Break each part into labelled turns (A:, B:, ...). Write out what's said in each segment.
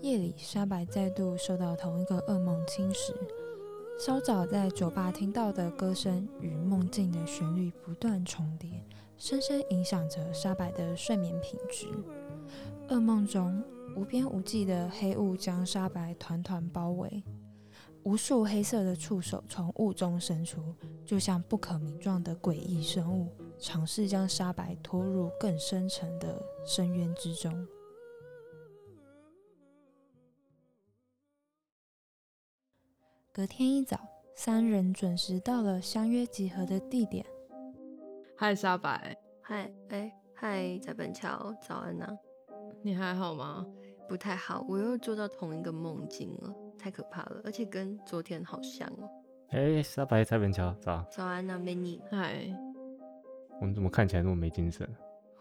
A: 夜里，沙白再度受到同一个噩梦侵蚀。稍早在酒吧听到的歌声与梦境的旋律不断重叠，深深影响着沙白的睡眠品质。噩梦中，无边无际的黑雾将沙白团团包围，无数黑色的触手从雾中伸出，就像不可名状的诡异生物，尝试将沙白拖入更深沉的深渊之中。隔天一早，三人准时到了相约集合的地点。
B: 嗨，沙白，
C: 嗨，哎，嗨，贾本桥，早安呐、
B: 你还好吗？
C: 不太好，我又做到同一个梦境了，太可怕了，而且跟昨天好像哦。
D: 哎、沙白蔡本桥，早，
C: 早安呐、美女，
B: 嗨，
D: 我们怎么看起来那么没精神？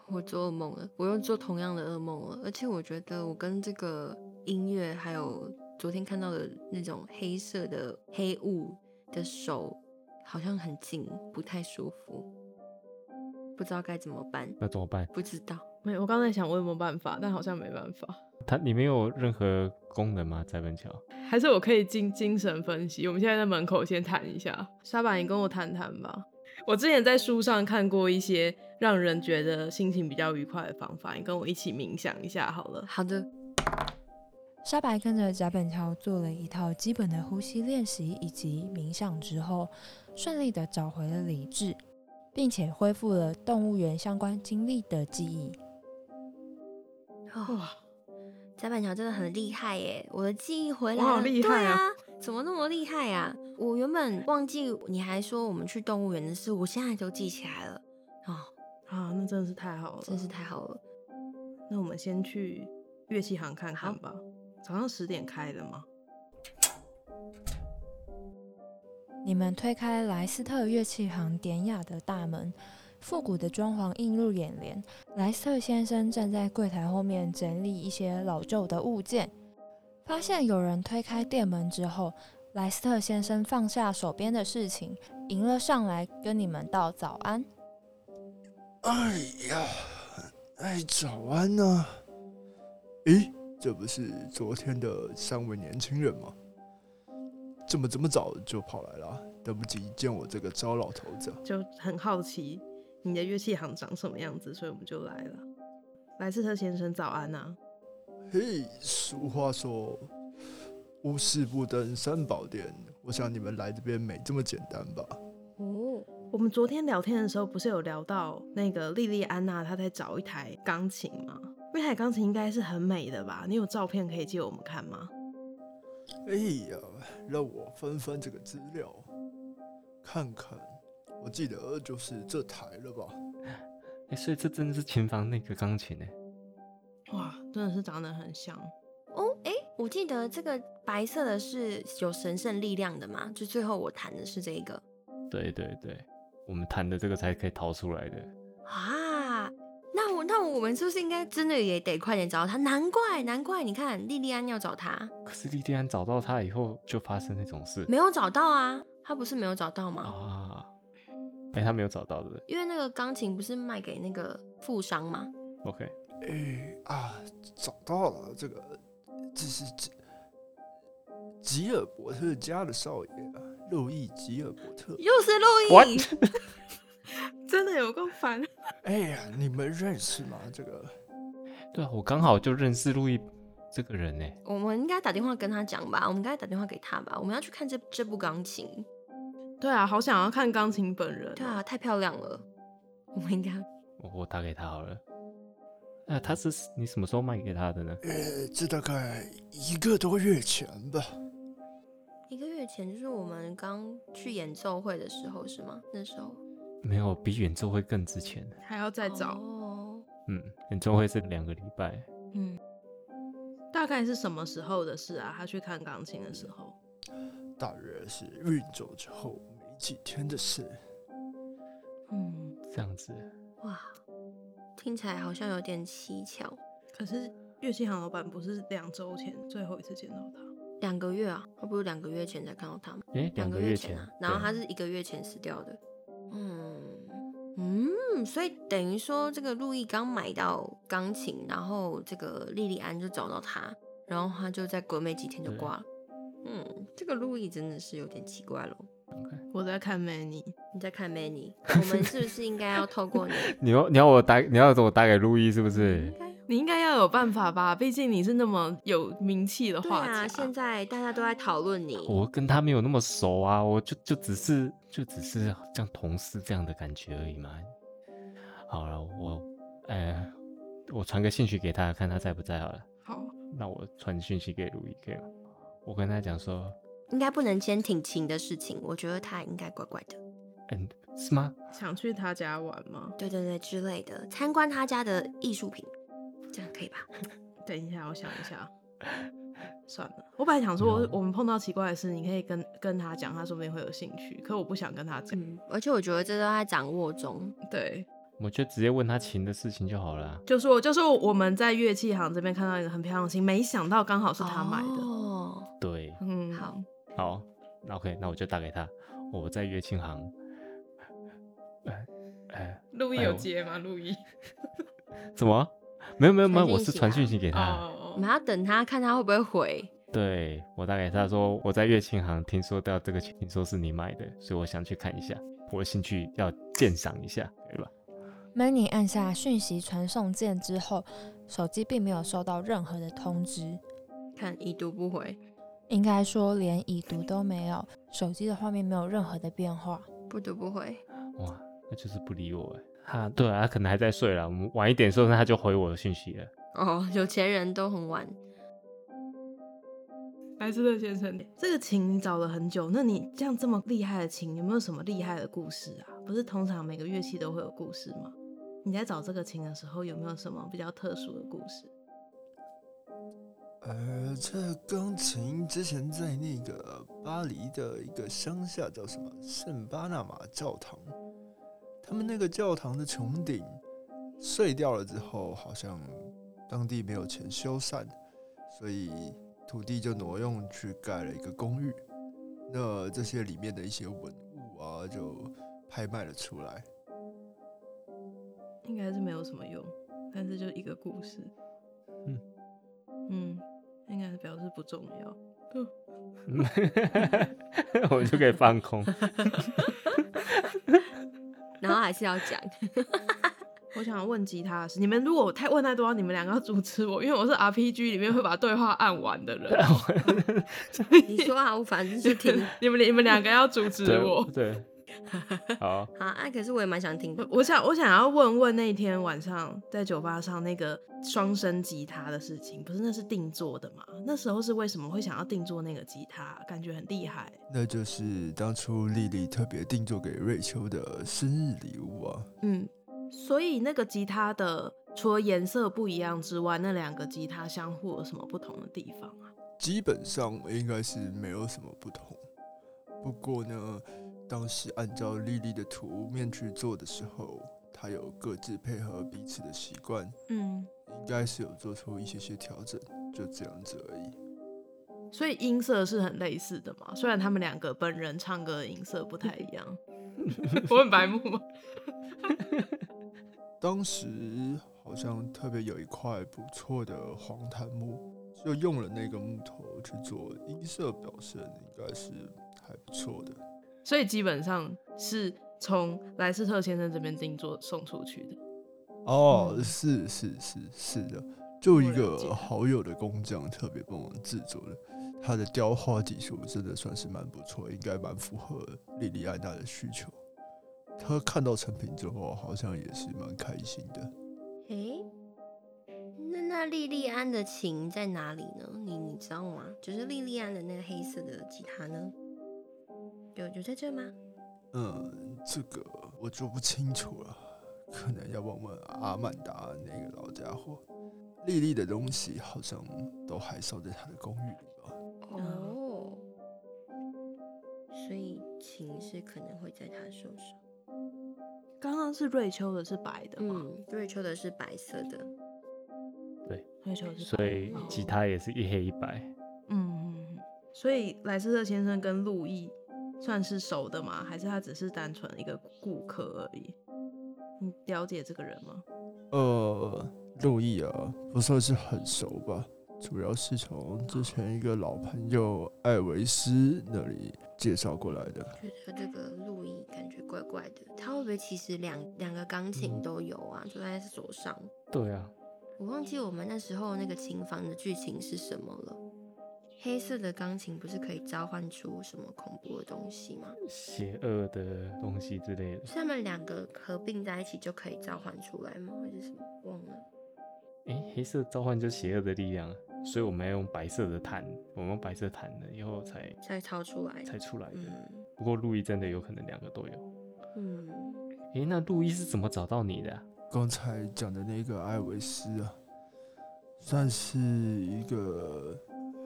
C: 我做噩梦了，我又做同样的噩梦了，而且我觉得我跟这个音乐还有昨天看到的那种黑色的黑雾的手好像很近，不太舒服，不知道该怎么办，
D: 那怎么办？
C: 不知道。
B: 没，我刚才想我有没有办法，但好像没办法。
D: 它里面有任何功能吗？蔡本桥，
B: 还是我可以精精神分析。我们现在在门口先谈一下，沙白，你跟我谈谈吧。我之前在书上看过一些让人觉得心情比较愉快的方法，你跟我一起冥想一下好了。
C: 好的，
A: 沙白跟着贾本桥做了一套基本的呼吸练习以及冥想之后，顺利的找回了理智，并且恢复了动物园相关经历的记忆。
C: 哦，
B: 哇，
C: 贾板桥真的很厉害耶！我的记忆回来
B: 哇
C: 了，
B: 好厉害啊
C: 对啊！怎么那么厉害啊？我原本忘记你还说我们去动物园的事，我现在都记起来了。哦，
B: 啊，那真的是太好了，
C: 真是太好了！
B: 那我们先去乐器行看看
C: 好
B: 吧。早上十点开的吗？
A: 你们推开莱斯特乐器行典雅的大门，复古的装潢映入眼帘。莱斯特先生站在柜台后面整理一些老旧的物件，发现有人推开店门之后，莱斯特先生放下手边的事情，迎了上来，跟你们道早安。
E: 哎呀，哎，早安呐、咦，这不是昨天的三位年轻人吗？怎么这么早就跑来了？等不及见我这个糟老头子啊。
B: 就很好奇你的乐器行长什么样子，所以我们就来了。莱斯特先生，早安啊！
E: 嘿，俗话说，无事不登三宝殿。我想你们来这边没这么简单吧？
C: 哦，
B: 我们昨天聊天的时候，不是有聊到那个莉莉安娜她在找一台钢琴吗？那台钢琴应该是很美的吧？你有照片可以借我们看吗？
E: 哎呀，让我翻翻这个资料，看看。我记得就是这台了吧？
D: 哎、所以这真的是琴房那个钢琴哎、
B: 哇，真的是长得很像。
C: 哦，哎，我记得这个白色的是有神圣力量的嘛？就最后我弹的是这一个
D: 对对对，我们弹的这个才可以逃出来的。
C: 啊。那我那我们是不是应该真的也得快点找到他？难怪难怪，你看莉莉安要找他，
D: 可是莉莉安找到他以后，就发生那种事
C: 没有找到啊？他不是没有找到吗？
D: 啊！哎、他没有找到的。
C: 因为那个钢琴不是卖给那个富商吗？
D: OK，
E: 哎、啊，找到了这个，这是吉吉尔伯特家的少爷啊，路易吉尔伯特。
C: 又是录音。
B: 真的有够烦，
E: 哎呀，你们认识吗？这个
D: 对啊，我刚好就认识路易这个人哎、
C: 我们应该打电话跟他讲吧，我们应该打电话给他吧。我们要去看这这部钢琴，
B: 对啊，好想要看钢琴本人、哦
C: 对啊，，太漂亮了。我们应该
D: 我我打给他好了。啊，他是你什么时候卖给他的呢？
E: 呃，这大概一个多月前吧。
C: 一个月前就是我们刚去演奏会的时候是吗？那时候
D: 没有，比演奏会更值钱。
B: 还要再找。
C: 哦，
D: 嗯，演奏会是两个礼拜。
C: 嗯，
B: 大概是什么时候的事啊？他去看钢琴的时候，
E: 大约是运走之后没几天的事。
B: 嗯，
D: 这样子，
C: 哇，听起来好像有点蹊跷。
B: 可是乐器行老板不是两周前最后一次见到他？
C: 两个月啊，我不是两个月前才看到他吗？
D: 诶，两
C: 个
D: 月
C: 前
D: 前
C: 啊，，然后
D: 对
C: 他是一个月前死掉的。嗯嗯，所以等于说这个路易刚买到钢琴，然后这个莉莉安就找到他，然后他就在隔没几天就
D: 对
C: 挂了。嗯，这个路易真的是有点奇怪咯。
D: OK，
B: 我在看 Many，
C: 你在看 Many，我们是不是应该要透过 你？
D: 你要你要我打你要我打给路易是不是
C: 应？该
B: 你应该要有办法吧？毕竟你是那么有名气的
C: 对
B: 画家。
C: 啊，现在大家都在讨论你。
D: 我跟他没有那么熟啊，我就就只是就只是像同事这样的感觉而已嘛。好了，我呃，我传个信息给他，看他在不在好了。
B: 好，
D: 那我传讯息给路易可以吗？我跟他讲说，
C: 应该不能签挺情的事情，我觉得他应该乖乖的，
D: 嗯，是吗？
B: 想去他家玩吗？
C: 对对对之类的，参观他家的艺术品，这样可以吧？
B: 等一下，我想一下。算了，我本来想说，我们碰到奇怪的事，你可以跟跟他讲，他说不定会有兴趣。可我不想跟他讲。
C: 嗯，而且我觉得这都在掌握中。
B: 对，
D: 我就直接问他琴的事情就好了啊。
B: 就说就说我们在乐器行这边看到一个很漂亮的琴，没想到刚好是他买的。
C: 哦，
D: 对，
B: 嗯，
C: 好，
D: 好，那 OK，那我就打给他。我在乐清行。呃呃，
B: 陆毅
D: 哎
B: 有
D: 我
B: 接吗？陆毅。
D: 怎么？没有没有没有，
C: 传
D: 我
C: 讯
D: 是
C: 息
D: 传
C: 啊
D: 讯息给他。
B: 哦
C: 我们要等他看他会不会回。
D: 对我打给他说我在乐清行听说到这个琴，听说是你买的，所以我想去看一下，我有兴趣要鉴赏一下，对吧？
A: Many 按下讯息传送键之后，手机并没有收到任何的通知，
C: 看已读不回，
A: 应该说连已读都没有，手机的画面没有任何的变化。
C: 不读不回，
D: 哇，那就是不理我哎。他对啊，他可能还在睡了。我们晚一点说，那他就回我的讯息 了。
C: 哦，有钱人都很晚。
B: 白斯特先生，这个琴你找了很久，那你这样这么厉害的琴，有没有什么厉害的故事啊？不是通常每个乐器都会有故事吗？你在找这个琴的时候，有没有什么比较特殊的故事？
E: 呃，这钢琴之前在那个巴黎的一个乡下叫什么圣巴纳马教堂，他们那个教堂的穹顶碎掉了之后，好像当地没有钱修缮，所以土地就挪用去盖了一个公寓。那这些里面的一些文物啊，就拍卖了出来。
B: 应该是没有什么用，但是就一个故事。
D: 嗯
B: 嗯，应该是表示不重要。
D: 嗯我就可以 放空。
C: 然后还是要讲，
B: 我想要问吉他的事，你们如果我太问太多，你们两个要阻止我，因为我是 RPG 里面会把对话按完的 人。
C: 你说啊，我反正就听
B: 你们你们两个要阻止
D: 对
B: 我。
D: 对，好，
C: 啊啊，可是我也蛮想听的
B: 我。我想我想要问问那天晚上在酒吧上那个双声吉他的事情，不是那是定做的吗？那时候是为什么会想要定做那个吉他？感觉很厉害。
E: 那就是当初丽丽特别定做给瑞秋的生日礼物啊。
B: 嗯，所以那个吉他的除了颜色不一样之外，那两个吉他相互有什么不同的地方啊？
E: 基本上应该是没有什么不同。不过呢，当时按照莉莉的图面去做的时候，它有各自配合彼此的习惯，
B: 嗯，
E: 应该是有做出一些些调整，就这样子而已。
B: 所以音色是很类似的嘛，虽然他们两个本人唱歌的音色不太一样。 我很白目吗？
E: 当时好像特别有一块不错的黄檀木，就用了那个木头去做音色表现，应该是还不错的。
B: 所以基本上是从莱斯特先生这边定做送出去的。
E: 哦，
B: 嗯
E: 是是是是的，就一
B: 我了解
E: 个好友的工匠特别帮忙制作的，他的雕花技术真的算是蛮不错，应该蛮符合莉莉安娜的需求。他看到成品之后，好像也是蛮开心的。
C: 诶，那那莉莉安的琴在哪里呢？你你知道吗？就是莉莉安的那个黑色的吉他呢？有有在这吗？
E: 嗯，这个我就不清楚了，可能要问问阿曼达那个老家伙。莉莉的东西好像都还烧在他的公寓里吧。
C: 哦，所以琴是可能会在他手上。
B: 刚刚是瑞秋的是白的吗？
C: 嗯，瑞秋的是白色的，
B: 瑞秋是白
D: 所
B: 的哦
D: 以吉他也是一黑一白。
B: 嗯，嗯嗯所以莱斯特先生跟陆毅算是熟的吗？还是他只是单纯一个顾客而已？你了解这个人吗？
E: 呃，陆毅啊，不算是很熟吧，主要是从之前一个老朋友艾维斯那里介绍过来的。
C: 觉得这个路易感觉怪怪的，他会不会其实两两个钢琴都有啊，就在手上？
D: 对啊，
C: 我忘记我们那时候那个琴房的剧情是什么了。黑色的钢琴不是可以召唤出什么恐怖的东西吗？
D: 邪恶的东西之类的。
C: 是他们两个合并在一起就可以召唤出来吗？还是什么？忘了。
D: 诶，黑色召唤就是邪恶的力量啊，所以我们要用白色的炭，我们用白色炭了以后才
C: 再抄出来。
D: 才出来的。
C: 嗯
D: 不过路易真的有可能两个都有。
C: 嗯，
D: 诶，那路易是怎么找到你的啊、
E: 刚才讲的那个艾维斯啊，算是一个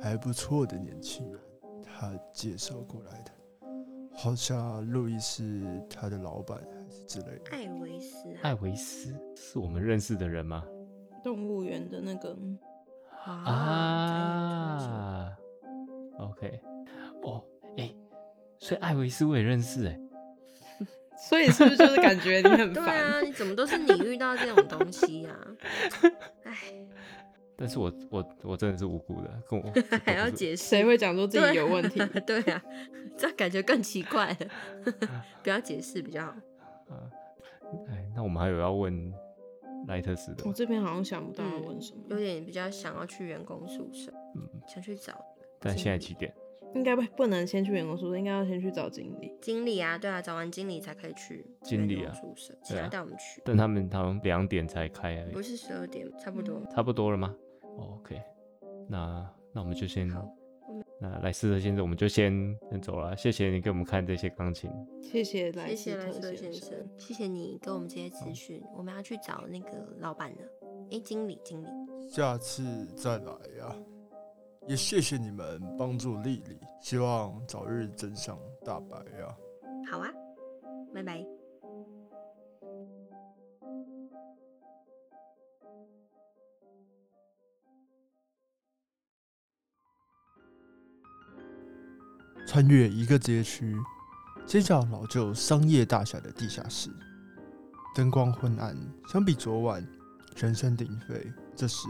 E: 还不错的年轻人，他介绍过来的。好像路易是他的老板还是之类的。
C: 艾维斯啊
D: 艾维斯是我们认识的人吗？
B: 动物园的那个，
C: 啊才突然想
D: 啊，OK，哦，诶，所以艾维斯我也认识诶。
B: 所以是不是就是感觉你很
C: 对
B: 烦？
C: 啊，你怎么都是你遇到这种东西啊呀、 哎，
D: 但是我我我真的是无辜的，跟我
C: 还要解释？
B: 谁会讲说自己
C: 对
B: 有问题？
C: 对啊，这样感觉更奇怪了。 不要解释比较好。
D: 啊？哎，那我们还有要问莱特斯的
B: 我
D: 吗，
B: 这边好像想不到要问什么，
C: 有点比较想要去员工宿舍，
D: 嗯，
C: 想去找
D: 但现在
C: 经
D: 几点？
B: 应该不不能先去员工宿舍，应该要先去找经理。
C: 经理啊，对啊，找完经理才可以去
D: 经理
C: 员
D: 啊
C: 工宿舍，请
D: 对啊
C: 他带我们去，
D: 但他们好像两点才开而
C: 不
D: 已，
C: 是十二点，差不多。
D: 差不多了吗、o k 那那我们就先
C: 好，
D: 那莱斯特先生，我们就先先走了，谢谢你给我们看这些钢琴，
B: 谢谢
D: 嗯
B: 莱
C: 谢谢
B: 斯
C: 莱斯
B: 特
C: 特先
B: 生。
C: 生，谢谢你给我们这些资讯，我们要去找那个老板了。哎，经理，经理，
E: 下次再来呀、也谢谢你们帮助丽丽，希望早日真相大白呀、
C: 好啊，拜拜。
E: 穿越一个街区，街角老旧商业大厦的地下室，灯光昏暗，相比昨晚全身鼎沸。这时，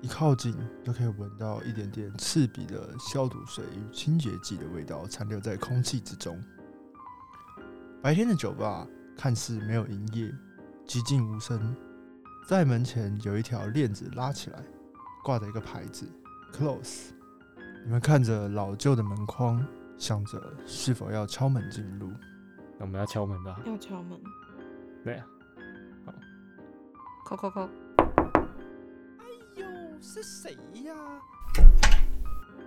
E: 一靠近就可以闻到一点点刺鼻的消毒水与清洁剂的味道残留在空气之中。白天的酒吧看似没有营业，寂静无声，在门前有一条链子拉起来，挂着一个牌子 “Close”。你们看着老旧的门框，想着是否要敲门进入。
D: 那我们要敲门的啊，
B: 要敲门，
D: 对啊，
C: 扣扣扣，
E: 哎呦，是谁呀？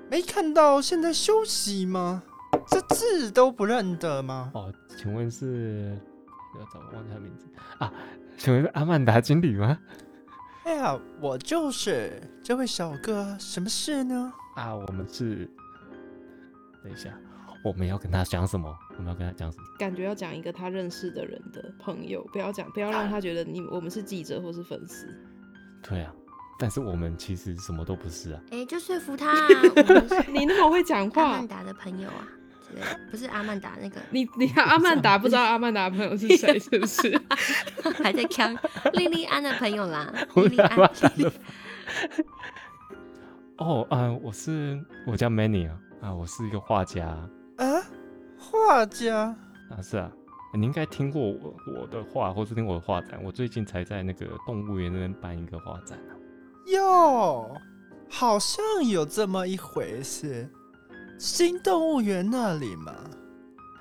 E: 没看到现在休息吗？这字都不认得吗？
D: 哦，请问是要找忘记他名字啊？请问是阿曼达经理吗？
E: 哎呀，我就是这位小哥，什么事呢？
D: 啊，我们是，等一下，我们要跟他讲什么？我们要跟他讲什么？
B: 感觉要讲一个他认识的人的朋友，不要讲，不要让他觉得你我们是记者或是粉丝。
D: 对啊，但是我们其实什么都不是啊。
C: 哎，就说服他、啊，我们是
B: 你那么会讲
C: 阿
B: 话
C: 曼，达的朋友啊，之类的，不是阿曼达那个，
B: 你你看阿曼达不知道阿曼达朋友是谁 是不是？
C: 还在呛莉莉安的朋友 啦，
D: 我
C: 莉
D: 是
C: 莉
D: 阿曼
C: 安，
D: 达的。哦，啊、我是我叫 Manny 啊，啊，我是一个画家啊，
E: 啊，画家，
D: 啊是啊，你应该听过我我的画，或是听我的画展。我最近才在那个动物园那边办一个画展啊。
E: 哟，好像有这么一回事。新动物园那里嘛。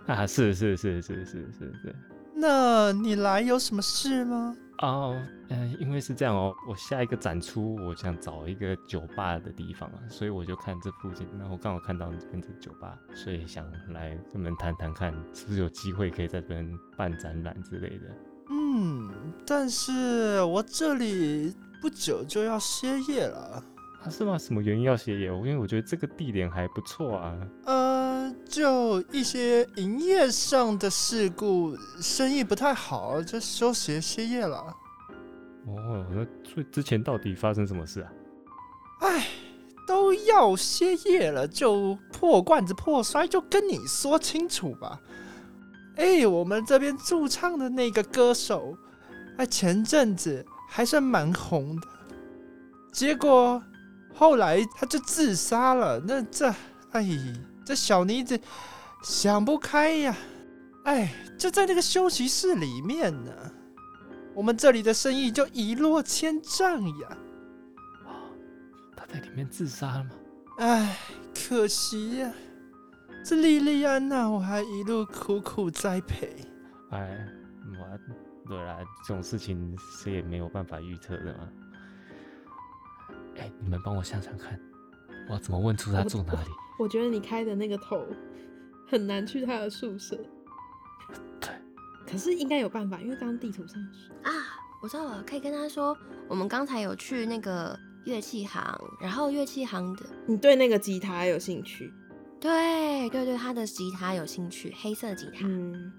D: 啊，是是是是是是是。
E: 那你来有什么事吗？
D: 哦，嗯、因为是这样哦，我下一个展出我想找一个酒吧的地方啊，所以我就看这附近，那我刚好看到这边这酒吧，所以想来跟你们谈谈看，是不是有机会可以在这边办展览之类的。
E: 嗯，但是我这里不久就要歇业了，
D: 啊，是吗？什么原因要歇业？我因为我觉得这个地点还不错啊。
E: 呃，就一些营业上的事故，生意不太好，就休息歇业了。
D: 哦，那最之前到底发生什么事啊？
E: 唉，都要歇业了，就破罐子破摔，就跟你说清楚吧。哎，我们这边驻唱的那个歌手，哎，前阵子还算蛮红的，结果后来他就自杀了。那这，哎，这小妮子想不开呀，哎，就在那个休息室里面呢、我们这里的生意就一落千丈呀。
D: 他在里面自杀了吗？
E: 唉，可惜呀、这莉莉安娜我还一路苦苦栽培。
D: 哎，我对啦，这种事情谁也没有办法预测的嘛。哎，你们帮我想想看，我要怎么问出他
B: 我
D: 住哪里？
B: 我觉得你开的那个头很难去他的宿舍。
D: 对。
B: 可是应该有办法，因为刚刚地图上有说
C: 啊，我知道了，可以跟他说，我们刚才有去那个乐器行，然后乐器行的，
B: 你对那个吉他有兴趣。
C: 对对对，他的吉他有兴趣，黑色吉他。
B: 嗯，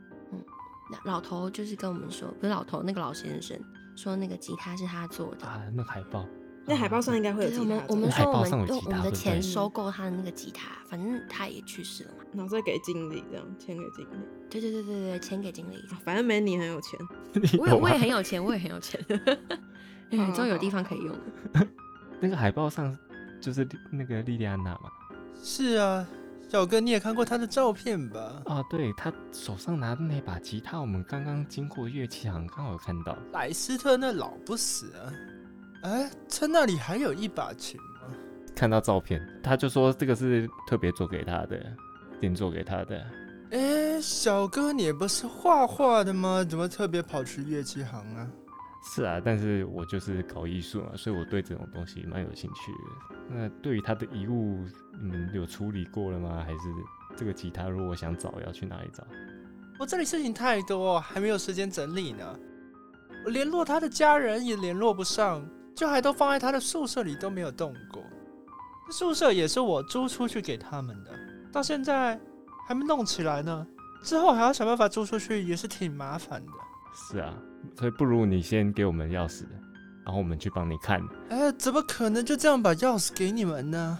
C: 那老头就是跟我们说，不是老头，那个老先生说那个吉他是他做的。
D: 啊，那海报，啊
B: 那海报上应
D: 该
B: 该会有
C: 嗯对，
B: 吉他
C: 我
B: 照
C: 们我们
B: 片
D: 海
C: 说
D: 报
C: 我
D: 上有
C: 们用
D: 吉
C: 我们
D: 他
C: 的
D: 对不
C: 钱
B: 对
C: 收购他的那个吉他，反正他也去世了嘛。
B: 然后再给经理这样钱给经理、
C: 对对对对对，钱给经理。
B: 啊反正没你很有钱。
C: 我
D: 啊
C: 也我也很有钱， 我也很有钱，哦
B: 嗯
C: 终于有地方可以用了。
D: 那个海报上就是莉那个莉莉安娜嘛。
E: 是啊，小哥你也看过她的照片吧？
D: 啊，对他手上拿的那把吉他，我们刚刚经过乐器行，刚好有看到。
E: 莱斯特那老不死啊！哎，他那里还有一把琴吗？
D: 看到照片，他就说这个是特别做给他的，定做给他的。
E: 哎，小哥你不是画画的吗？怎么特别跑去乐器行啊？
D: 是啊，但是我就是搞艺术嘛，所以我对这种东西蛮有兴趣的。那对于他的遗物，你们有处理过了吗？还是这个吉他，如果我想找，要去哪里找？
E: 我这里事情太多，还没有时间整理呢。我联络他的家人也联络不上，就还都放在他的宿舍里都没有动过。这宿舍也是我租出去给他们的，到现在还没弄起来呢。之后还要想办法租出去，也是挺麻烦的。
D: 是啊，所以不如你先给我们钥匙，然后我们去帮你看。
E: 哎，怎么可能就这样把钥匙给你们呢？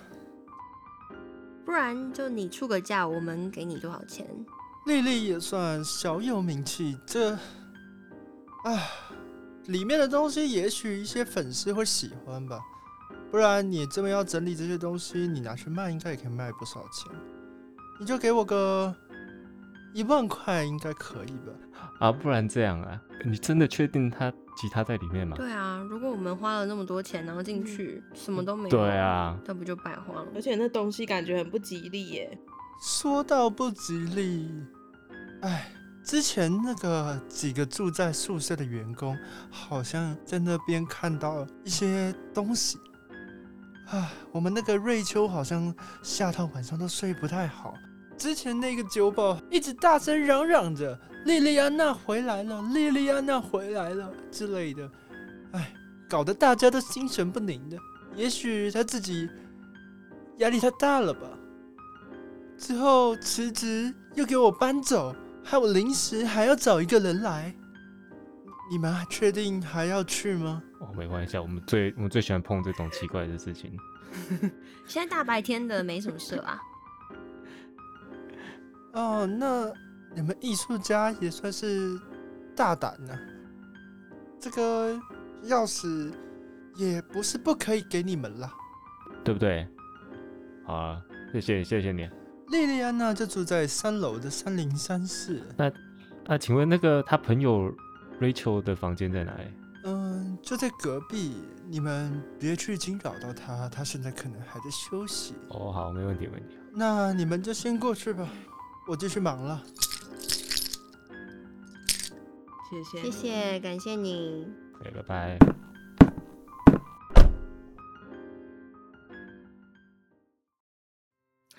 C: 不然就你出个价，我们给你多少钱？
E: 丽丽也算小有名气，这，唉，里面的东西也许一些粉丝会喜欢吧。不然你这么要整理这些东西，你拿去卖应该也可以卖不少钱。你就给我个一万块，应该可以吧？
D: 啊，不然这样啊，你真的确定他吉他在里面吗？
C: 对啊，如果我们花了那么多钱，然后进去什么都没有，
D: 对，啊，
C: 那不就白花了
B: 而？且那东西感觉很不吉利耶。
E: 说到不吉利，唉，之前那个几个住在宿舍的员工，好像在那边看到一些东西。啊，我们那个瑞秋好像吓到晚上都睡不太好。之前那个酒保一直大声嚷嚷着“莉莉安娜回来了，莉莉安娜回来了”之类的，唉，搞得大家都心神不宁的。也许他自己压力太大了吧。之后辞职，又给我搬走，害我临时还要找一个人来。你们还确定还要去吗？
D: 哦，没关系啊，我们最我们最喜欢碰这种奇怪的事情。
C: 现在大白天的没什么事啊。
E: 哦，那你们艺术家也算是大胆呢、这个钥匙也不是不可以给你们啦。
D: 对不对？好啊，谢谢谢谢你。
E: 莉莉安娜就住在三楼的三零三室，
D: 那、请问那个他朋友 Rachel 的房间在哪里？
E: 嗯，就在隔壁。你们别去惊扰到她，她现在可能还在休息。
D: 哦，好，没问题没问题。
E: 那你们就先过去吧，我继续忙了。
B: 谢谢，
C: 谢。谢，感谢你。
D: OK，拜哎拜。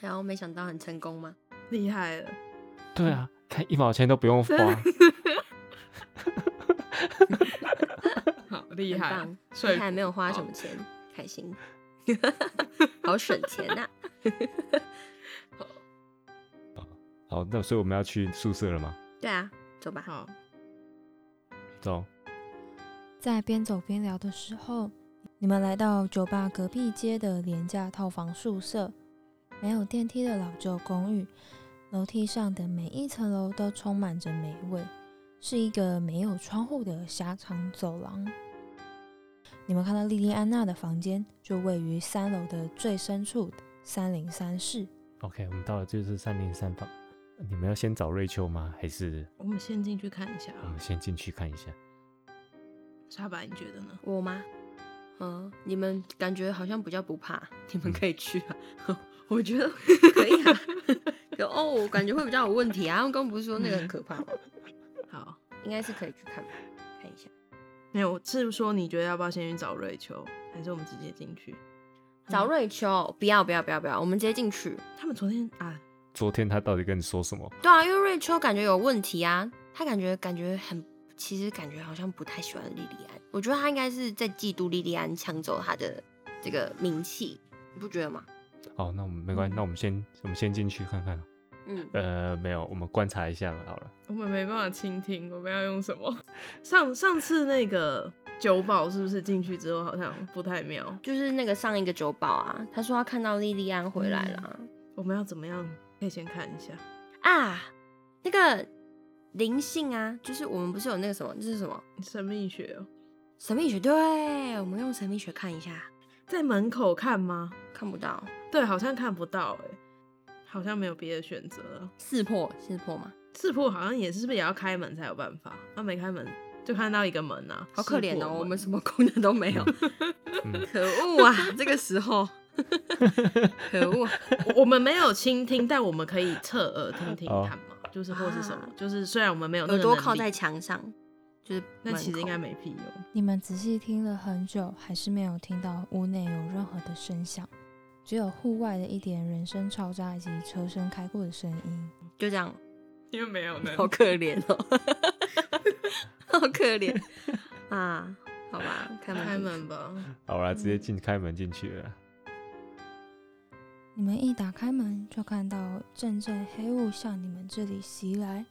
C: 然后没想到很成功吗？
B: 厉害了，
D: 对啊，看一毛钱都不用花。
B: 好厉
C: 很
B: 害
C: 棒，，
B: 说
C: 你还
B: 服
C: 没有花什
B: 好
C: 么钱，开心， 好省钱啊呐、
D: 好，那所以我们要去宿舍了吗？
C: 对啊，走吧。
B: 好，
D: 走。
A: 在边走边聊的时候，你们来到酒吧隔壁街的廉价套房宿舍，没有电梯的老旧公寓，楼梯上的每一层楼都充满着霉味，是一个没有窗户的狭长走廊。你们看到莉莉安娜的房间就位于三楼的最深处三零三室。
D: OK，我们到了就是三零三房，你们要先找瑞秋吗？还是
B: 我们先进去看一下啊
D: 我们先进去看一下？
B: 沙白，你觉得呢？
C: 我吗？嗯，你们感觉好像比较不怕， 你们可以去啊。 我觉得可以啊。可哦，我感觉会比较有问题啊。他们刚不是说那个很可怕吗？
B: 好，
C: 应该是可以去看吧，看一下。
B: 没有，是说你觉得要不要先去找瑞秋，还是我们直接进去？
C: 找瑞秋，不要不要不要不要，我们直接进去。
B: 他们昨天啊，
D: 昨天他到底跟你说什么？
C: 对啊，因为瑞秋感觉有问题啊，她感觉感觉很，其实感觉好像不太喜欢莉莉安。我觉得她应该是在嫉妒莉莉安抢走她的这个名气，你不觉得吗？
D: 哦，那我们没关系，那我们先我们先进去看看。
C: 嗯，
D: 呃，没有，我们观察一下好了。
B: 嗯我们没办法倾听，我们要用什么？上上次那个酒保是不是进去之后好像不太妙？
C: 就是那个上一个酒保啊，他说他看到莉莉安回来了、
B: 我们要怎么样？可以先看一下。
C: 啊，那个灵性啊，就是我们不是有那个什么，就是什么
B: 神秘学、哦，
C: 神秘学？对，我们用神秘学看一下，
B: 在门口看吗？
C: 看不到，
B: 对，好像看不到哎、好像没有别的选择了。
C: 识破识破吗？
B: 刺破好像也是，是不是也要开门才有办法？那、没开门就看到一个门啊，
C: 好可怜
B: 刺破
C: 哦，我
B: 门
C: 们什么功能都没 有，
D: 嗯
C: 可恶啊！这个时候，可恶啊，
B: 我我们没有倾听，但我们可以侧耳听听
D: 哦
B: 看嘛，就是或是什么
C: 啊，
B: 就是虽然我们没有那
C: 耳
B: 个
C: 朵
B: 能
C: 靠
B: 力
C: 在，墙上，就是
B: 但其实应该
C: 门口
B: 没屁用。
A: 你们仔细听了很久，还是没有听到屋内有任何的声响，只有户外的一点人声嘈杂以及车声开过的声音。
C: 就这样，
B: 因为没有能
C: 好可怜哦， 好可怜啊！好吧，开门
B: 开
C: 进去
B: 门吧，
D: 好啦，直接进开门进去了。
A: 你们一打开门，就看到阵阵黑雾向你们这里袭来，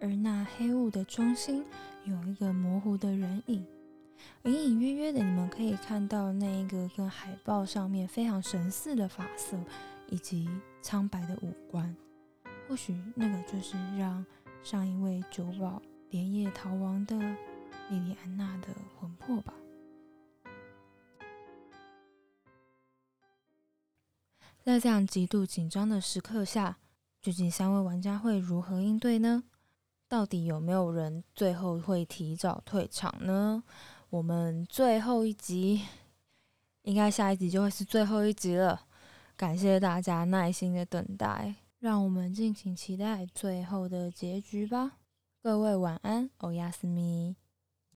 A: 而那黑雾的中心有一个模糊的人影，隐隐约约的，你们可以看到那一个跟海报上面非常神似的发色，以及苍白的五官。或许那个就是让上一位酒保连夜逃亡的莉莉安娜的魂魄吧。在这样极度紧张的时刻下，究竟三位玩家会如何应对呢？到底有没有人最后会提早退场呢？我们最后一集，应该下一集就会是最后一集了。感谢大家耐心的等待，让我们敬请期待最后的结局吧。各位晚安，欧亚斯咪。